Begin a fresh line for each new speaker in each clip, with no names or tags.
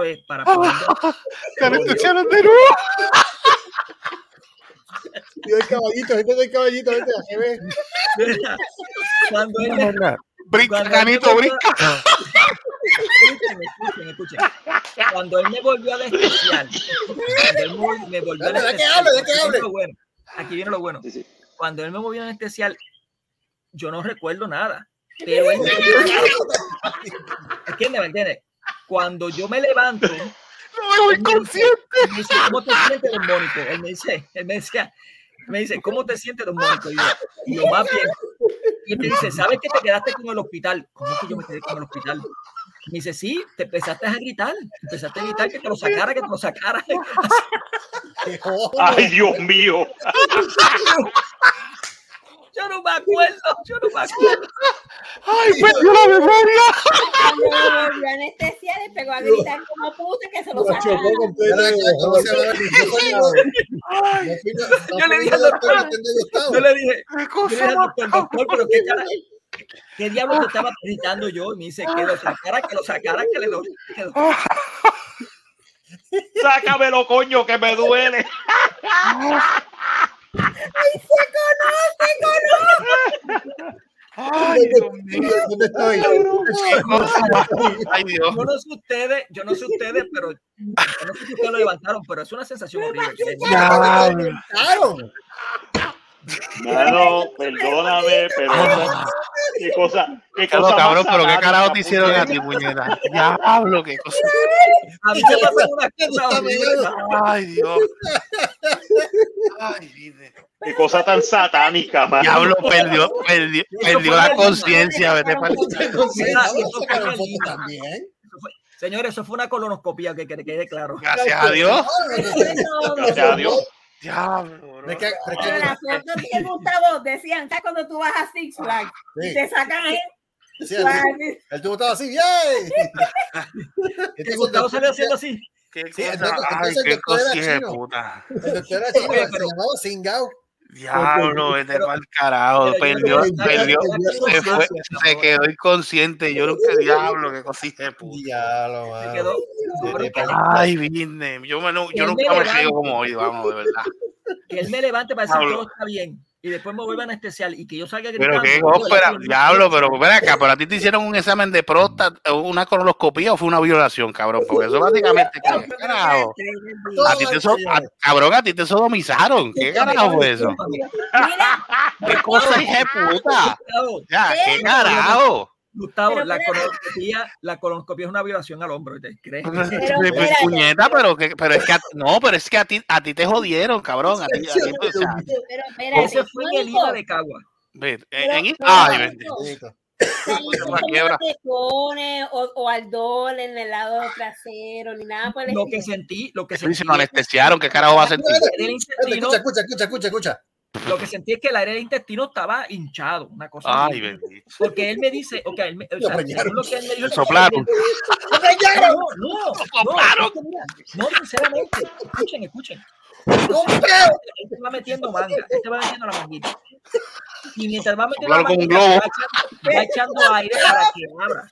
vez para poder.
¡Te lo escucharon de nuevo!
Yo el caballito, vete del caballito, vete, así ve.
Mira, Cuando él
No, no, no. Brinca,
Cuando
canito,
él me
brinca.
Escuchen, escuchen, escuchen. Cuando él me volvió a despreciar, cuando él me- me volvió a
Dale, deja que
despreciar,
hable, deja
aquí
que
viene
hable.
lo bueno, aquí viene lo bueno.
Sí, sí.
Cuando él me movió a anestesiar, yo no recuerdo nada. Pero él, entiende, ¿me entiende? Cuando yo me levanto, él
No me voy consciente.
me dice, ¿cómo te sientes, don Mónico? Él me dice, él me decía, me dice, ¿cómo te sientes, don Mónico? Y yo, y yo, más bien. Y me dice, ¿sabes que te quedaste con el hospital? ¿Cómo que yo me quedé con el hospital? Me dice, sí, te empezaste a gritar, empezaste a gritar que te lo sacara, que te lo sacara.
Qué joder.
Ah,
Ay, Dios mío.
Yo no me acuerdo, yo no me acuerdo.
¡Ay, perdió la memoria!
Cuando me volvió a anestesia, le pegó a gritar como puta que se lo
Lo
sacara.
chocó completo.
Mira,
Yo fui- yo fui- yo
Yo le
fui
dije al
doctor,
doctor,
atendí a Gustavo.
Yo le dije,
¡Qué
yo le dije
cosa
al
más
doctor, doctor, pero qué cara- ¿Qué diablo te estaba gritando yo? Y me dice, que lo sacara, que lo sacara, que le lo... que lo-
Sácamelo, coño, que me duele.
¡Ay, Dios mío!
¿Dónde estoy?
¡Qué cosa más! ¡Ay, Dios!
Yo no sé ustedes, yo no sé ustedes, pero yo no sé si ustedes lo levantaron, pero es una sensación horrible.
¡Diablo!
Claro.
Mano, perdóname, pero qué cosa, qué cosa
Pero
más
Ah, cabrón, pero qué
satánica,
carajo te hicieron a
puñeta.
ti, puñeta. Diablo, qué cosa.
A mí me pasan unas cosas horribles.
Ay, Dios. Ay, vida.
Qué cosa tan satánica, mano.
Diablo, perdió, perdió, perdió la conciencia. Vete para
Mira,
Ahora
eso
sacaron
fue
fotos
realista.
también.
Señores, eso fue una colonoscopía que que quede claro.
Gracias a Dios.
Gracias a Dios.
Diablo, bro.
Es que- es que-
Pero las fotos de Gustavo decían, ¿sabes cuando tú vas a Six Flags?
sí,
Te sacan ahí.
sí, el- El tubo estaba así, ¡yay!
Que
Entonces,
Gustavo
el
salió
doctor-
haciendo así.
Qué
Sí,
cosa.
entonces-
Ay,
entonces
qué
el doctor era
cosa de
chino.
puta.
El doctor era chino,
Oye,
se
pero-
llamaba Singao.
Diablo, vete para el carajo.
Pero yo
Perdió,
no sabía
perdió.
que tenía
Se, fue,
conciencia,
se
cabrón.
quedó inconsciente. Yo nunca, diablo, qué cosija de puta.
Diablo,
Se
mano.
quedó.
De-
Pero
de-
que-
Ay, vine. Yo, me, no- yo
Él
nunca
me
me río
levanta.
como hoy, vamos, de verdad.
que él me levante para decir
Pablo.
todo está bien y después me vuelvan a anestesiar y que yo salga gritando.
Pero qué
"Yo,
ópera,
yo, yo".
diablo, pero ven acá, pero a ti te hicieron un examen de próstata, una colonoscopía o fue una violación, cabrón, porque eso básicamente, ¿qué carajo? A ti te so- a- cabrón, a ti te sodomizaron, ¿qué carajo fue eso?
Mira,
¿Qué cosa es de puta?
Gustavo,
Ya, ¿qué carajo?
Gustavo,
Pero
la
mira.
colonoscopía, la colonoscopía es una violación al hombro, ¿te crees?
Pues,
Pero
pues,
mira,
puñeta, pero, que, pero es que a, no, pero es que a ti, a ti te jodieron, cabrón. A ti, a ti, o sea,
pero
Ese
espérate,
fue en el
Mónico,
IVA de Cagua.
ven,
pero-
en- en-
pero
ay, vente.
Mónico,
Listo.
¿sabes
Pero
cómo
quiebra.
te pone o, o al dólar en el lado trasero ni nada por el
Lo que
estilo?
sentí, lo que
Tú dices,
sentí,
lo anestesiaron, ¿qué carajo va a sentir?
el intestino,
Escucha, escucha, escucha, escucha, escucha.
lo que sentí es que el aire del intestino estaba hinchado, una cosa.
Ay,
horrible.
bendito.
porque él me dice, ok, él me, o
Lo
sea,
apañaron.
según lo que él me dijo,
Te soplaron.
No, no, no,
soplaron.
es que mira, no, sinceramente, escuchen, escuchen. Él te va metiendo manga, él te va metiendo la manguita. Y mientras va metiendo la
Soplaron como un
manguita,
globo.
va echando, va echando aire para que abra.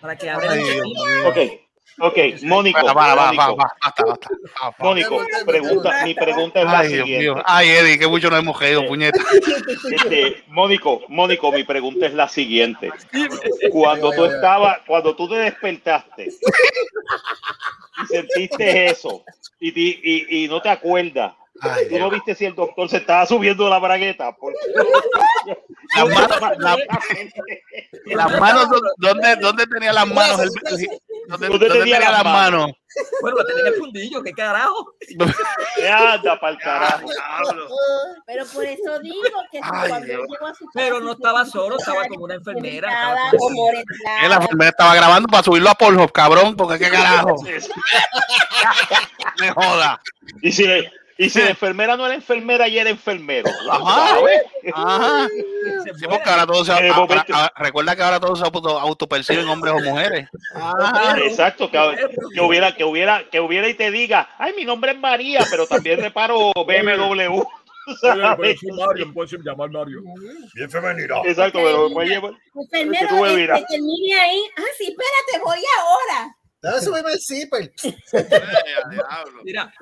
Para que abra el
Ay, Dios
intestino.
Ok, ok, Mónico.
Para, para, para, para,
Mónico,
para, basta, basta. Ah, para.
Mónico, pregunta, mi pregunta es la
Ay, Dios mío.
siguiente.
Ay, Eddie, que mucho nos hemos caído, puñeta.
Este, Mónico, Mónico, mi pregunta es la siguiente. Cuando tú estabas, cuando tú te despertaste y sentiste eso y, ti- y, y no te acuerdas,
Ay,
tú no
Dios.
viste si el doctor se estaba subiendo la bragueta. Porque-
Las manos, la- las manos, ¿dónde, dónde tenía las manos? el- ¿Dónde, dónde tenía las manos?
Bueno, lo tenía en el fundillo, ¿qué carajo?
Anda para el carajo.
Diablo.
Pero por eso digo que si
Ay,
cuando él
Dios.
llegó a su casa,
Pero no
su
estaba
esposa
solo, estaba con una enfermera. estaba
sentada
con-
o
Eh, La
morenada.
enfermera estaba grabando para subirlo a Pornhub, cabrón, porque qué carajo. Me joda.
Y si, y si la enfermera no era enfermera y era enfermero.
Ajá. Ajá.
se
Sí,
fue.
porque ahora todos se
Eh,
ahora-
momento.
ahora- recuerda que ahora todos se auto- autoperciben hombres o mujeres. Ajá.
Exacto, que, que hubiera, que hubiera, que hubiera y te diga, ay, mi nombre es María, pero también reparo BMW. tú
Pero, pero
sabes.
soy Mario, puedes llamar Mario.
Bien femenino.
Exacto, pero me puedes llevar.
Enfermero,
Tú ves,
eh,
mira.
que termine ahí. Ah, sí, espérate, voy ahora.
Dame subirme el zipper.
Eh, diablo.
Mira,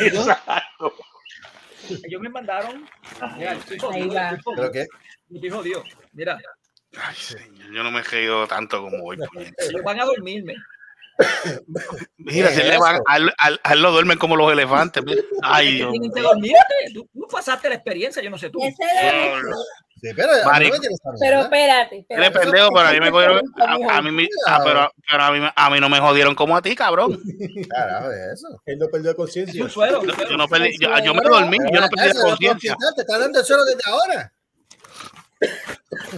Exacto.
ellos me mandaron. Mira, estoy
Ahí va.
¿Pero
jodido.
qué?
Estoy jodido. Mira,
Ay, señor, yo no me he reído tanto como hoy. puñeta.
ellos van a dormirme.
Mira, si le van, al, al, al lo duermen como los elefantes. mira. Ay, Dios
Tienen que
mío.
dormirte. Tú, tú pasaste la experiencia, yo no sé tú.
Ese era-
Sí, pero a mí
Marico.
me tienes también,
Pero
¿eh?
espérate.
Eres
espérate.
pendejo, pero a mí me cogieron. A, a mí, me- ah, pero, pero a, mí, me- a mí no me jodieron como a ti, cabrón.
Carajo, eso.
Él no perdió conciencia.
Un suero. un
Yo,
suero.
yo no perdí- yo, yo me dormí, yo no perdí la
Eso, puedo
conciencia.
quitar, Te están dando el suelo desde ahora.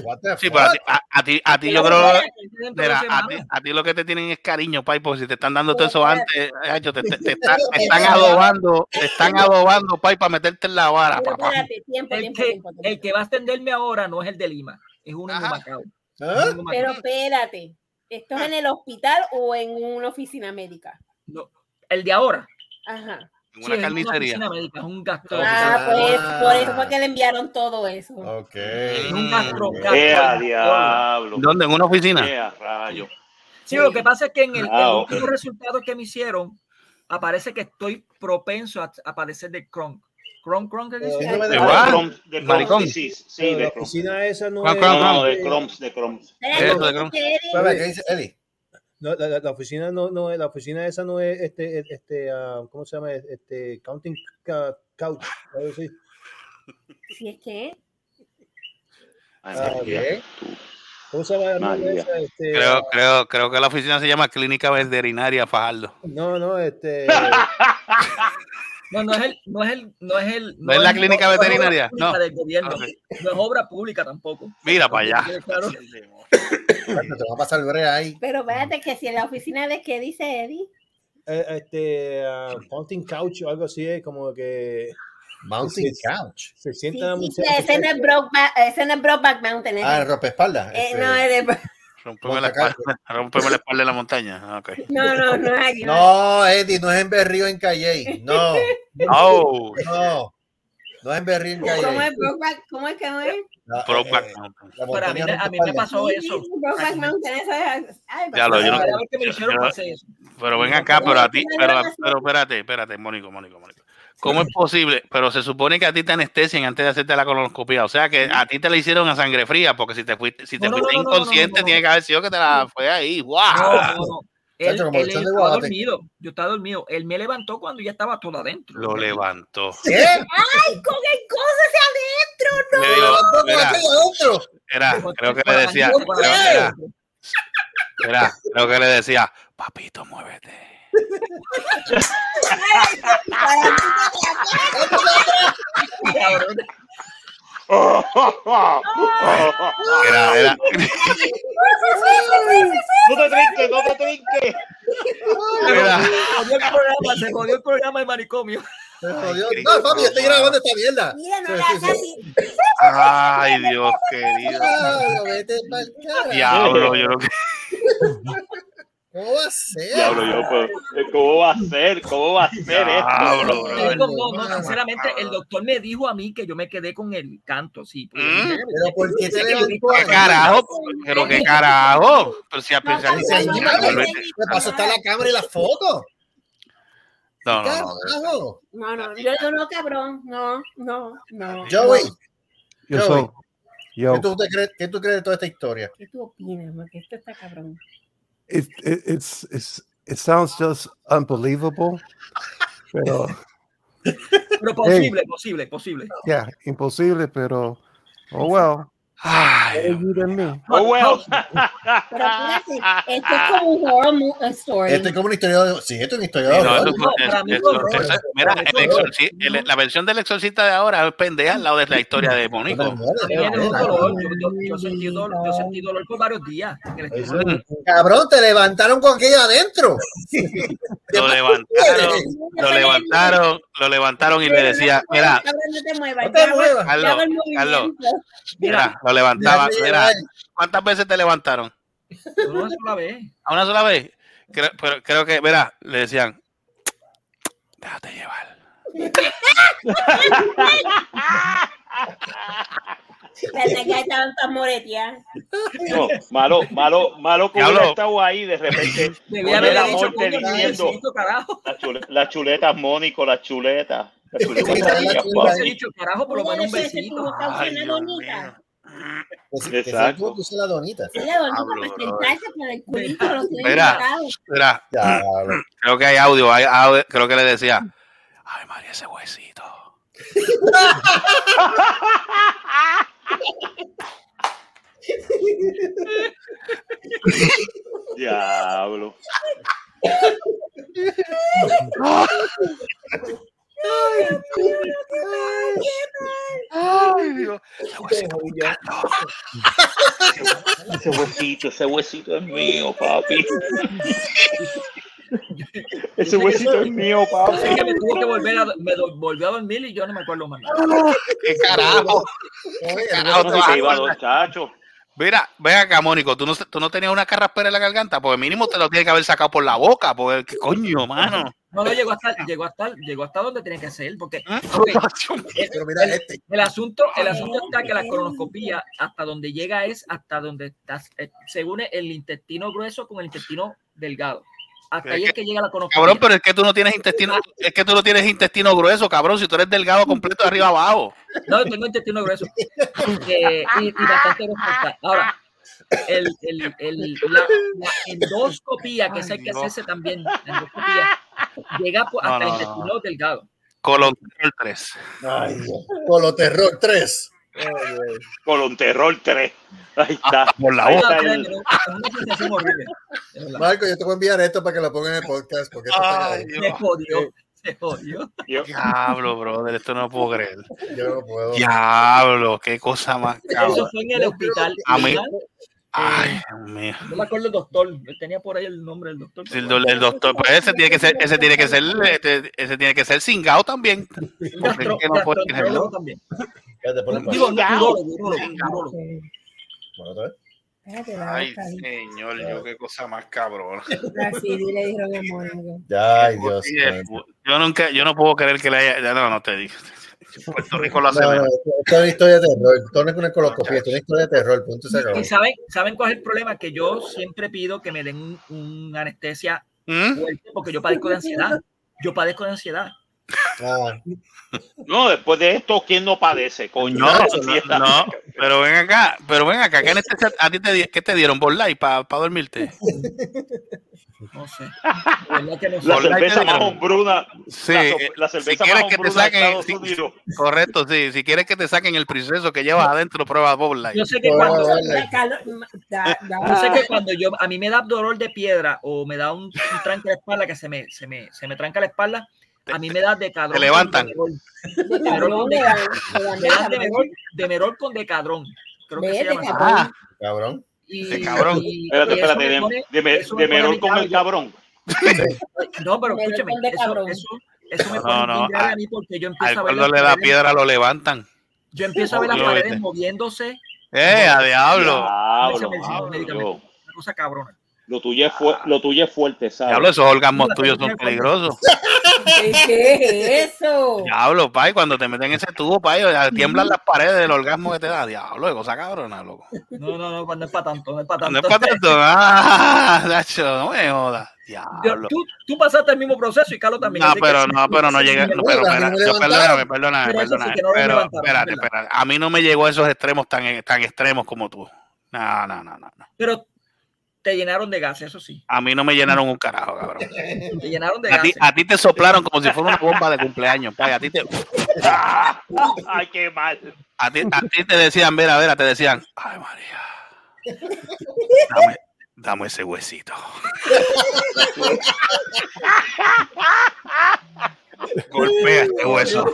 What the
Sí,
fuck?
pero a ti, a, a ti, a ti yo
Pero
creo.
espérate, dentro de
Mira, a
semana.
ti, a ti lo que te tienen es cariño, Pai, porque si te están dando todo eso antes, ay, yo te, te- te está- te están adobando, te están adobando, Pai, para meterte en la vara,
Pero
papá.
espérate, tiempo,
El
tiempo,
que,
tiempo, tiempo.
el que va a extenderme ahora no es el de Lima, es uno en
Ajá.
Humacao. Es
¿Ah?
uno en Humacao.
Pero espérate, ¿esto
Ah.
es en el hospital o en una oficina médica?
No, el de ahora.
Ajá.
En una
sí, es en
carnicería.
oficina médica, es un gastro.
Ah,
Ah.
pues por eso fue que le enviaron todo eso.
Ok.
Es un gastro.
Mm.
gastro-
¡Eh, a diablo!
¿Dónde? ¿En una oficina?
¡Eh, a rayo!
Sí, lo que pasa es que en el,
Ah,
en
ok.
los resultados que me hicieron, aparece que estoy propenso a, a padecer de Crohn. Crohn, Crohn, ¿qué dice?
Eh,
Síndrome
De
de
Igual.
Crohn.
Crohn's, de
Maricón.
Crohn's disease. Sí,
Pero
de
la
Crohn's.
oficina esa no
Crohn,
es.
Crohn,
No, no,
Crohn.
de Crohn's, de Crohn's.
Espérate,
Eso,
¿no
¿no?
quieres?
Espera, ¿Qué dice Eli?
No, la, la- la oficina no, no es, la oficina esa no es este, este, ah, ¿cómo se llama? Este, counting ca- couch. algo así.
Si es que
Ay,
Ah,
María.
ok.
Tú.
¿Cómo se llama? la
María.
esa? Este,
Creo,
ah,
creo, creo que la oficina se llama Clínica Veterinaria Fajardo.
No, no, este.
No, no es el, no es el, no es el.
¿No es la clínica
obra
veterinaria?
pública
No.
del gobierno.
Ah, ok.
No es obra pública tampoco.
Mira para allá.
Claro.
Bueno, Te va a pasar el brea ahí.
Pero espérate que si en la oficina de qué dice Eddie.
eh, este ah, counting couch o algo así, eh, como que
Mountain
Sí.
Couch.
se
Sí,
sienta
sí,
mucho-
ese no es Brokeback, ese no es Brokeback Mountain. ese.
Ah, el ropa espalda.
Eh, no, es de-
Rompeme la espalda, rompeme la espalda en la montaña. Ah, ok.
no, no, no es allí.
No, Eddie, no es en Berrío en Calle. No,
Oh,
no. No es en Berrío en Calle.
¿Cómo es Brokeback? ¿Cómo es que no es?
La-
Brokeback
eh,
Mountain.
la
Pero a mí,
montaña
a mí me
rompespaldas.
pasó
Sí,
eso.
sí, Brokeback Mountain, eso es- ay,
Ya lo- yo no-
Cada vez que me lo hicieron
yo no-
pasé eso.
Pero ven acá, pero a ti, pero, pero espérate, espérate, Mónico, Mónico, Mónico. ¿Cómo es posible? Pero se supone que a ti te anestesian antes de hacerte la colonoscopia. O sea que a ti te la hicieron a sangre fría, porque si te fuiste, si te
No, no,
fuiste
no, no, no, no,
inconsciente,
no, no.
tiene que haber sido que te la fue ahí. ¡Guau!
No, no, no. Él,
Ah, Chacho, como
él
el chon de
estaba
Guabate.
dormido. Yo estaba dormido. Él me levantó cuando ya estaba todo adentro.
Lo levantó.
¿Qué?
Ay, con el cosa se adentro.
Le digo,
Levantó con
mira,
aquello adentro.
era, creo que le
Para
decía,
adentro, para
era, era,
adentro.
era, creo que le decía, papito, muévete.
Cabrón.
Era, era,
No te trinques, no te trinques.
era.
Se jodió el programa, se jodió el programa del manicomio.
Se jodió.
Cristo,
No, Fabi, estoy
no.
grabando esta mierda.
Mira, no
Sí,
le
sí,
hagas
sí.
así.
Ay, Dios querido.
Claro, vete pa'l cara.
Diablo, yo no
¿Cómo va a ser?
Diablo, yo, pues, ¿cómo va a ser? ¿Cómo va a ser esto?
Diablo,
Te
brother.
digo, no, no, sinceramente, el doctor me dijo a mí que yo me quedé con el canto, sí. porque yo
¿Mm?
dije,
Pero ¿por qué te
¿Qué
levantó
¿Qué
ahí?
carajo? Pero qué carajo. Pero si a
No,
pesar
no,
Dice,
no, no,
ya,
no, no,
Volvete.
¿Qué pasó? Está la cámara y la foto.
No, no, no.
Carajo.
No, no, yo no, no, cabrón. No, no, no.
Joey,
Yo
Joey.
soy. Yo.
¿qué tú, te crees, ¿qué tú crees de toda esta historia?
¿Qué tú opinas? Porque esto está cabrón.
It, it, it's, it's, it sounds just unbelievable. Pero,
Pero posible, posible, posible.
yeah, imposible, pero, oh well.
Ay,
Better you than me.
Oh, well.
Pero espérate, esto es como un horror mu- story.
Esto es como una historia de... Sí, esto es una historia de...
no,
horror.
esto fue-
para mí
es-
fue horror.
es- Mira,
Para mí
el
fue horror.
exorci- el- la versión del exorcista de ahora es pendeja al lado de la historia de Mónico.
Viene un dolor, yo, yo- yo sentí dolor, yo sentí dolor por varios días. en el estómago.
Cabrón, te levantaron con aquello adentro.
Lo levantaron, lo levantaron, lo levantaron y le decía, mira,
Cabrón, no te muevas.
No te muevas.
Yo hago el
Carlos, Carlos,
movimiento.
mira, lo levantaba, mira, ¿cuántas veces te levantaron?
Una sola vez.
¿A una sola vez? Creo, pero creo que, mira, le decían, déjate llevar.
Verdad que hay tantas moretías.
No, malo, malo, malo como
Diablo.
hubiera estado ahí de repente.
Debía
Con
haber
el
dicho,
amor
coño,
te
¿qué
diciendo.
necesito, carajo.
Las chule- las chuletas, Mónico, las chuletas. Las chuletas
Hubiera
ricas,
dicho,
papi.
Hubiese dicho, carajo, por lo menos un besito.
Ay,
una
Dios mío.
donita.
Exacto.
Exacto. Puse la donita.
Es la donita para
Pablo,
sentarse por el culito. Lo tienen
Mira.
amarrado.
Espera,
Ya, bro.
creo que hay audio, hay audio, creo que le decía, ay María, ese huesito.
Diablo.
Ay, Dios.
Ese huesito, ese huesito es mío, papi. Ese huesito es mío, papi.
Así que me tuvo que volver a, me do- volvió a dormir y yo no me acuerdo más nada.
¿Qué carajo?
Oye,
carajo te
No,
vas a
se iba,
acordar?
don Chacho.
Mira, ven acá, Mónico, ¿tú no, tú no tenías una carraspera en la garganta, porque mínimo te lo tienes que haber sacado por la boca, porque ¿qué coño, mano.
No, no llegó hasta, llegó hasta, llegó hasta donde tenía que ser, porque
¿Eh?
ok,
Pero mira este.
El asunto, el asunto está que la colonoscopía hasta donde llega es hasta donde está, eh, se une el intestino grueso con el intestino delgado. Hasta ahí es que llega la colonoscopia.
Cabrón, pero es que tú no tienes intestino, es que tú no tienes intestino grueso, cabrón, si tú eres delgado completo de arriba abajo.
No, tengo intestino grueso. Eh, y, y bastante grueso está. Ahora, el, el, el- la, la endoscopía, que es el que
Ay, no.
hacerse también, la endoscopía, llega por-
No,
hasta
no,
el
no.
intestino delgado.
Colon 3.
Ay, Dios. Coloterror 3.
Con un terror 3. Ahí está.
Por la
Ahí
boca.
está
No,
el-
créeme, no, es una sensación horrible. De verdad.
Marco, yo te voy a enviar esto para que lo pongan en el podcast. Porque esto está
Ay,
grave.
Se
Dios.
jodió, se jodió.
yo-
Diablo, brother, esto no lo puedo creer.
yo no puedo.
Diablo, qué cosa más
Eso
cabrón.
fue en el hospital.
A mí-
¿verdad?
Ay, Dios mío.
No me acuerdo el doctor, él tenía por ahí el nombre del doctor.
Si El, do- el doctor, pues ese tiene que ser, ese tiene que ser, este, ese tiene que ser cingado también.
Un
porque
gastro-
es que no puede
gastroenterólogo
creerlo.
también.
Ya te ponen para-
Digo, no, urólogo, urólogo, urólogo.
Bueno, otra vez.
Espérate, la
Ay,
boca.
señor, yo qué cosa más cabrón.
Ah,
Así le dijeron a Mónico.
Ya, ay, Dios.
Sí, es- eh, Yo nunca, yo no puedo creer que le haya, ya no, no te digo. Puerto Rico lo hace
No, no,
mejor.
esto esto es una historia de terror. Esto no es una coloscopía, esto es una historia de terror. Punto y se acabó.
Y saben, saben cuál es el problema, que yo siempre pido que me den un- una anestesia
¿Mm?
fuerte porque yo padezco de ansiedad. Yo padezco de ansiedad.
Ah,
No, después de esto, ¿quién no padece, coño?
No, no, no, pero ven acá, pero ven acá, ¿qué anestesia- a ti te, di- qué te dieron? ¿Borlai para dormirte?
No sé. De verdad que no sé.
La
Por la
cerveza
que
más
dieron.
hombruna.
Sí,
la, so-
eh,
la
si
cerveza
quieres que
más
te
hombruna de
saquen,
Estados
si-
Unidos.
correcto, sí, si quieres que te saquen el proceso que llevas adentro, prueba Borlai.
Yo sé que
Bueno,
cuando...
bueno.
La calor- ma- da- da-
Yo sé que cuando yo, a mí me da dolor de piedra o me da un, un tranque de espalda que se me, se, me, se me tranca la espalda, a mí me da de cadrón. con
levantan.
Demerol.
de calor, de-
Me da
de- de-
demerol, demerol con decadrón. Creo que
Ve,
se llama así.
decadrón.
Ah,
cabrón.
Y-
De cabrón.
y-
Espérate,
y eso
espérate.
me
De,
pone-
de,
eso me
de
pone
Merol con el
irritable.
cabrón.
No, pero
Merol
escúchame,
con de
eso,
cabrón.
eso, eso me
No,
pone
no,
bien grave
a-
a mí porque yo
al
empiezo a ver
cuando
las
le da
paredes-
piedra lo levantan.
yo empiezo a ver las
Yo,
paredes
vete.
moviéndose,
¡Eh, a diablo!
Diablo,
Méteme el
diablo.
medicamento. una cosa cabrona.
Lo tuyo es, fu- lo tuyo es fuerte, ¿sabes?
Diablo, esos órganos
Mira,
tuyos son
mira,
peligrosos.
¿Qué qué es eso?
Diablo, pay, cuando te meten ese tubo, pay, tiemblan las paredes del orgasmo que te da. Diablo, qué cosa cabrona, loco.
No, no, pues no, no es para tanto, no es para
No es
tanto.
para tanto. Ah, Nacho, no me jodas.
Yo-
Diablo.
tú, tú pasaste el mismo proceso y Carlos también.
No,
así que-
pero no, pero no llega. No, pero,
Mira,
espera,
no
yo, perdóname,
levantaron.
perdóname,
Pero eso sí
perdóname.
que no lo
Pero
levantaron,
espérate,
¿verdad?
espérate. A mí no me llegó a esos extremos tan, tan extremos como tú. No, no, no, no. no.
pero te llenaron de gases, eso sí.
A mí no me llenaron un carajo, cabrón.
Te llenaron de
A ti,
gases.
a ti te soplaron como si fuera una bomba de cumpleaños, pay. A ti te,
¡Ah! Ay, qué mal.
A ti, a ti te decían, mira, mira, te decían, ay María, dame, dame ese huesito. Golpea este hueso.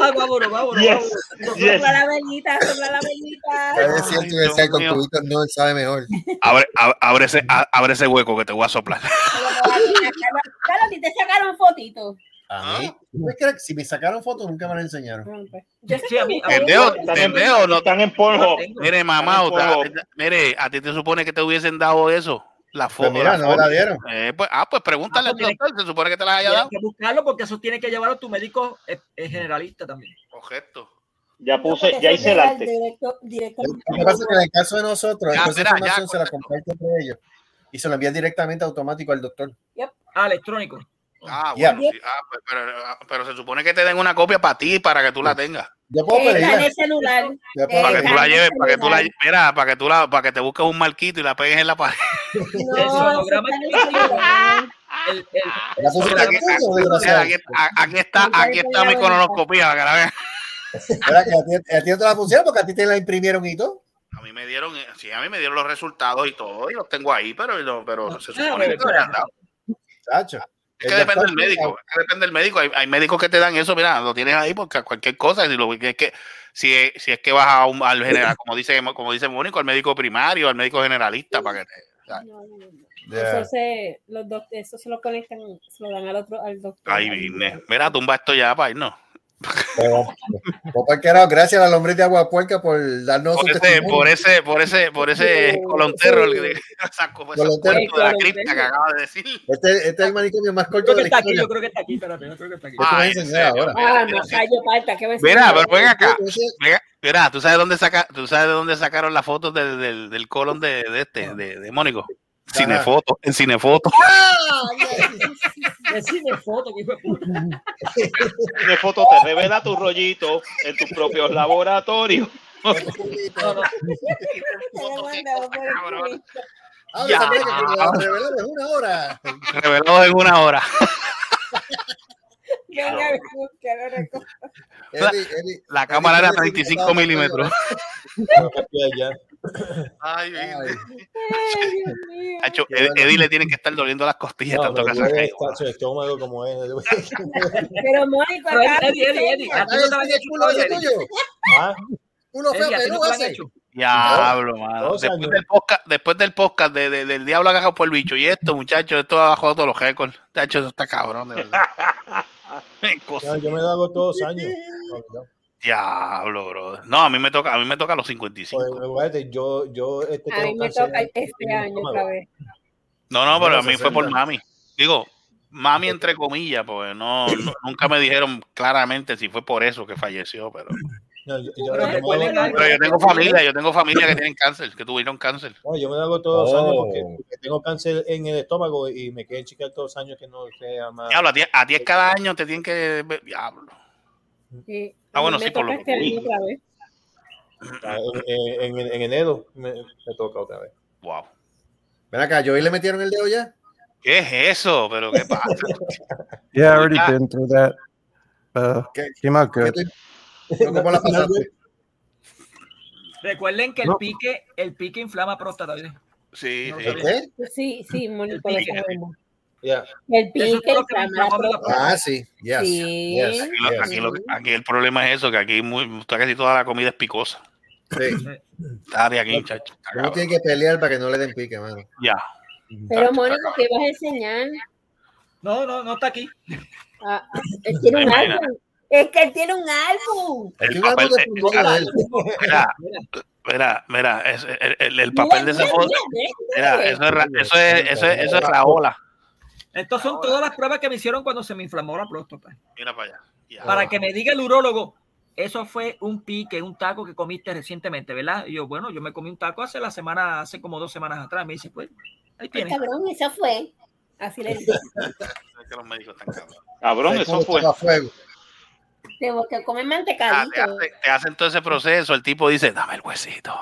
Ah, vámonos, vámonos.
Yes,
vámonos.
yes.
Sopla la velita, sopla la velita.
Está diciendo
Dios
que sea con
mío.
tubitos no él sabe mejor.
Abre, ab- abre ese, a- abre ese hueco que te voy a soplar.
Claro, a ti te sacaron fotito.
A
Ah.
mí, ¿tú crees que si me sacaron fotos nunca me las enseñaron?
Yo sé
Sí, a mí-
que-
a mí-
Pendejo,
Están en,
pendejo, no te-
están en polvo.
Tengo.
Mire, mamá, o sea, a ti te- mire, a ti te supone que te hubiesen dado eso. La
Pues
foto.
mira,
la
no
foto.
la dieron.
Eh, pues, ah, pues pregúntale
Ah,
al
pues,
doctor, se supone que te las haya
Tienes
dado.
que buscarlo porque eso tiene que llevarlo tu médico eh, eh, generalista también.
Correcto.
Ya puse,
Porque
ya
eso
hice el
llega
arte.
Directo, directo al-
Lo que pasa es que en el caso de nosotros,
Ya,
entonces
mira,
esa
ya,
información se la
correcto.
comparte entre ellos y se la envía directamente automático al doctor.
Ah, electrónico.
Ah,
Ya.
bueno, sí. Ah, pues, pero, ah, pero se supone que te den una copia para ti, para que tú la
Pues.
tengas.
Yo puedo
Está en
pedirla.
el celular.
Para
yo puedo
que
Exacto.
tú
pedirla.
la lleves, para que tú la mira, para que tú la, para que te busques un marquito y la pegues en la pared.
No,
El sonograma
eso está en el celular.
El, el-
La puse
Mira,
la
aquí,
puse,
mira,
desgraciado.
aquí- a- aquí está, aquí está mi colonoscopía, para que la veas.
Mira que a ti- a ti no te la pusieron porque a ti te la imprimieron y todo.
A mí me dieron, eh, sí, a mí me dieron los resultados y todo, y los tengo ahí, pero, no-
Ah,
pero se supone que te hayan dado.
Chacho.
Es que
El
depende
doctor-
del médico, es que depende del médico. Hay, hay médicos que te dan eso, mira, lo tienes ahí porque cualquier cosa, si, lo, que es, que, si, es- si es que vas a un, al general, como dice, como dice Mónico, al médico primario, al médico generalista, para que te-
No, no, no.
Ya.
Eso, se, los doc- eso se lo conectan, se lo dan al otro, al doctor.
Ay, vine. Mira, tumba esto ya para irnos.
Pero, por cualquier lado, gracias a la lombriz de agua puerca por darnos
Por este,
su
ese,
testimonio.
por ese, por ese, por ese colonterro que sacó ese
Colón
puerto de la
Terror.
cripta que acaba de decir.
Este, este es el manicomio más
yo
corto
creo que
de la
está aquí,
historia.
yo creo que está aquí, espérate, yo creo que está aquí.
Ah, voy a
Ay, en
enseñar
serio,
ahora.
mira,
Ah,
mira,
no,
sí.
callo, parta, que me
Mira, pero ven acá.
Ese-
Mira, mira, tú sabes dónde saca, tú sabes de dónde sacaron las fotos del, del, del colon de, de
Ah.
este, de, de Mónico. Cinefoto, en Cinefoto.
Ah, Es cinefoto, que hijo de puta.
Mi foto te revela tu rollito en tus propios laboratorios.
No, no,
Cabrón.
Ah,
Ya.
esa mira que te la revelamos en una hora.
Revelado en una hora.
Venga, que lo recojo.
Eli, Eli,
La cámara era
tiene
35
cincuenta
milímetros.
ya.
Ay,
Ay,
Ay, Dios mío.
Hacho,
Qué bueno.
Ed- Eddie le tienen que estar doliendo las costillas
No,
tanto
pero
que
tú
se ha
eres
caído.
tacho de estómago como es.
Pero Mónico,
Pero,
acá.
Eddie, Eddie, Eddie,
¿A
¿a
dice-
ti
ti
no te la
no
han
te este el
hecho
culo ese
todavía?
tuyo?
Ah,
Uno
Eddie,
feo
¿a ti
que
no
no
te la han
hace.
hecho?
Diablo, mano.
Dos
Después
años.
del podcast, después del, podcast de, de- del diablo agarrado por el bicho. Y esto, muchachos, esto ha bajado todos los récords. Tacho, eso está cabrón, de verdad. Qué cosa.
ya, yo me lo hago todos los años.
Diablo, bro. No, a mí me toca, a mí me toca a los
Pues,
55.
acuérdate, yo, yo este,
A mí
tengo
me
cáncer
toca
en- en
este
el
año
estómago.
otra vez.
No, no, pero a mí
Los
fue por
60.
mami. Digo, mami entre comillas, porque no, no- nunca me dijeron claramente si fue por eso que falleció, pero,
No, yo,
Pero
yo- yo me lo
recuerden
hago-
algo.
pero yo tengo familia, yo tengo familia que tienen cáncer, que tuvieron cáncer.
no, yo me lo hago todos los años
Oh.
porque, porque tengo cáncer en el estómago y me quedé chica todos los años que no sea más.
Diablo, a ti, a ti cada año te tienen que diablo.
Sí.
Ah,
A mí
bueno,
me
sí, por lo
toca este año otra vez.
eh, En, en, en enero me, me toca otra vez.
Wow.
Ven acá, ¿yo y le metieron el dedo ya?
¿Qué es eso? Pero qué pasa.
Yeah, I already
Ah.
been through that. Uh,
Okay.
came out
¿Qué
good.
te- no, ¿Cómo la pasaste?
Recuerden que el
No.
pique, el pique inflama próstata. ¿sí?
Sí,
No,
sí.
pero-
¿Qué?
Sí, sí, Mónico, lo
El pique.
sabemos.
Ya.
El
Eso
pique,
es
el
lo que me inflama
cámara.
la próstata.
Ah, sí. Yes.
Sí.
Yes.
Aquí, lo-
yes.
aquí lo- aquí el problema es eso, que aquí muy, casi toda la comida es picosa.
Sí.
Está de aquí, muchacho. Está
Uno
cabrón.
tiene que pelear para que no le den pique, mano.
Ya.
Pero Mónico, ¿qué vas a enseñar?
No, no, no está aquí.
Ah, ah, él tiene un
Pues Me imagino.
álbum. Es que él tiene un álbum.
Aquí
El
un árbol
papel-
de pulgones de él.
Mira, mira, mira, es- el, el- el papel de esa foto. Mira, eso es, ra- eso es, eso es, eso es Raola.
Estas son todas las pruebas que me hicieron cuando se me inflamó la próstata.
Mira para allá. Ya.
Para que me diga el urólogo, eso fue un pique, un taco que comiste recientemente, ¿verdad? Y yo, bueno, yo me comí un taco hace la semana, hace como dos semanas atrás. Me dice, pues, ahí
Ay,
tienes.
cabrón, esa fue. Así le dije.
Es que los médicos están cabrones.
Cabrón,
Ahí
eso
como
fue.
estaba fuego.
Tengo que comer
Ah, te,
mantecadito.
hace- te hacen todo ese proceso. El tipo dice, dame el huesito.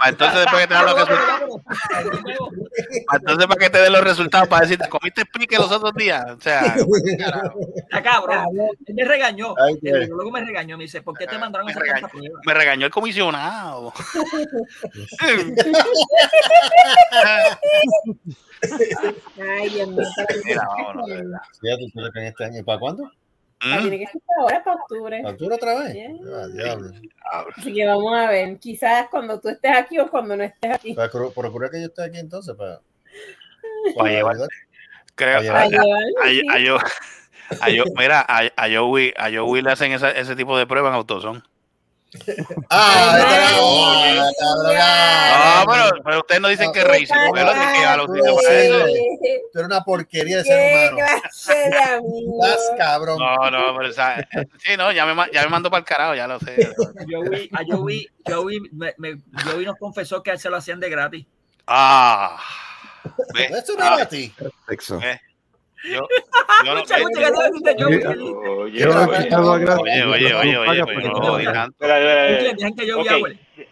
Pa' entonces, después que te dan los resultados, pa' entonces para que te den los resultados, para decirte, comiste pique los otros días. O sea, carajo.
Está cabrón. Él me regañó.
Ahí
El
tiene.
urólogo me regañó. Me dice, ¿por qué te
Ah,
mandaron
me
esa
regañó.
tanta prueba?
me regañó el comisionado.
Ay, Dios mío. para-
Mira, vámonos, de verdad.
Sí, ya tú sabes que en este año. ¿Para cuándo?
Ah,
Mm,
Tiene que ser ahora para octubre.
¿Factura otra vez?
Bien.
Ah, diablo.
cabrón.
Así que vamos a ver. Quizás cuando tú estés aquí o cuando no estés aquí.
Procura procura que yo esté aquí entonces para.
Para llevar- creo-
Pa'
Ah,
llevar-
Para llevarlo,
a,
sí.
a Joe- a Joe- mira, a, a Joey, a Joey le hacen esa- ese tipo de pruebas en Autoson.
Ah, esta era
Ay,
otra, cabrona.
No, pero, pero ustedes no dicen que
Ah,
es racist, porque es lo que queda los sitios para eso.
Qué
Tú eres una porquería de
qué
ser humano.
clase de amigo.
Estás cabrón.
No, no, pero o sea, sí, no, ya me, ma- ya me mando para el carajo, ya lo sé.
Joey, a Joey, Joey, me- me- Joey nos confesó que a él se lo hacían de gratis.
Ah. ¿ves?
Eso no
Ah,
era a ti.
think so.
Eh, yo, yo no-
Muchas, muchas gracias, Joey.
Oye,
Yo no
oye.
he escuchado a Gracia.
Oye, oye, oye, oye,
Paga
pues,
porque
no,
no
oye,
paga.
tanto.
Espera, espera, espera.
Dile, dejen que Joey
Ok.
hable.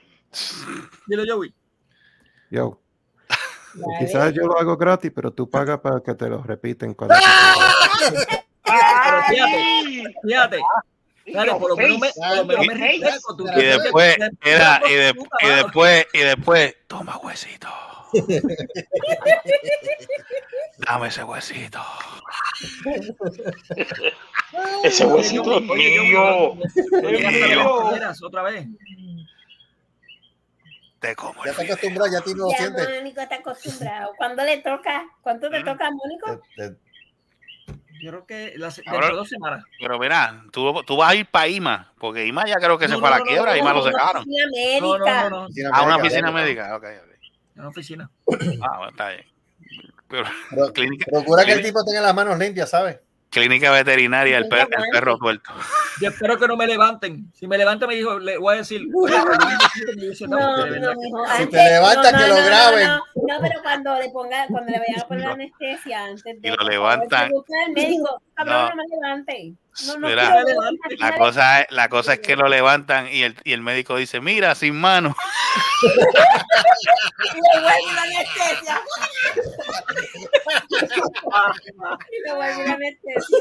Dilo, Joey.
Yo,
Dale.
quizás yo lo hago gratis, pero tú pagas para que te lo repiten
¡Ah!
cuando.
Pero fíjate, fíjate. Claro, por lo menos me, por lo menos me
Ey,
respeto, tú.
Y después, era, y, de-
Tú,
y
cabrón.
después, y después, toma huesito. Dame ese huesito.
Ese huesito es
Oye, Joey,
mío.
oye, Joey,
Mío.
oye, Joey, otra vez.
Te como
Ya
el
te
fideo.
acostumbras, ya tienes los
Ya
dientes.
Mónico está acostumbrado. ¿Cuándo le toca? ¿Cuánto te
Mm.
toca, Mónico?
Yo creo que la, se-
Cabrón.
dentro de dos semanas.
Pero mira, tú, tú vas a ir para Ima, porque Ima ya creo que se
No,
fue
no,
a la
no,
quiebra,
no,
Ima
no,
lo
no,
sacaron.
No,
Oficina
no, no,
médica.
no.
A una oficina médica, ok. ok.
En la oficina.
Ah, bueno, está bien. Pero,
Pro-
clínica,
Procura que el tipo tenga las manos limpias, ¿sabes?
clínica veterinaria, el, per- el perro tuerto.
Yo espero que no me levanten. Si me levantan, me dijo, le voy a decir. "Oye, Joey, me dice, no,
No,
porque de verdad
no, mijo.
Si
Antes-
te levantas,
no,
que
no,
lo
no,
graben.
No, no. No, pero cuando le ponga, cuando le vayan a poner la anestesia antes de
Y lo
por favor,
levantan.
que busque al médico. Cabrón,
No.
no, me levante. No, no
Mira,
quiero ver esa
La
cara
cosa, es, la cosa es que lo levantan y el, y el médico dice, mira, sin mano.
de- Le vuelve la anestesia. Y le vuelve la anestesia.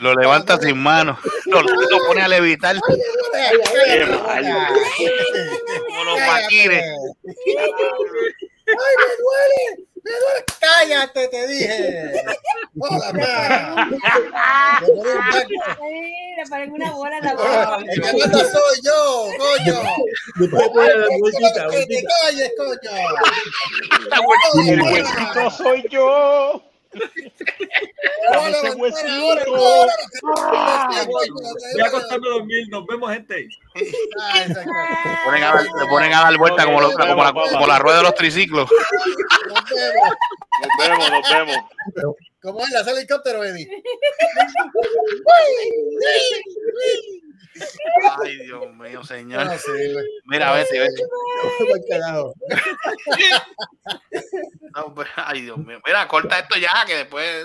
Lo levanta sin mano. Lo, lo pone a levitar
Qué malo.
como los maquines.
¡Ay, me duele! ¡Me duele! ¡Cállate, te dije! ¡Hola, ma! Me duele un taco.
Ay, Le ponen una bola en la
Ah,
boca.
¡El que manda soy yo, coño!
Después le ponen la bolsita,
¡Que te
bolsita.
calles, coño!
El huesito soy yo. Dame ese huesito.
Voy a acostarme a dormir. Nos vemos, gente.
Le ponen a dar, le ponen a dar vuelta como, los- como la, como la rueda de los triciclos.
Nos vemos, nos vemos.
¿Cómo es? ¿La sale helicóptero, Eddie? Ah,
Ay, Dios mío, señor.
No sirve.
Mira, vete, vete.
Por carajo.
No, pues, ay, Dios mío. Mira, corta esto ya, que después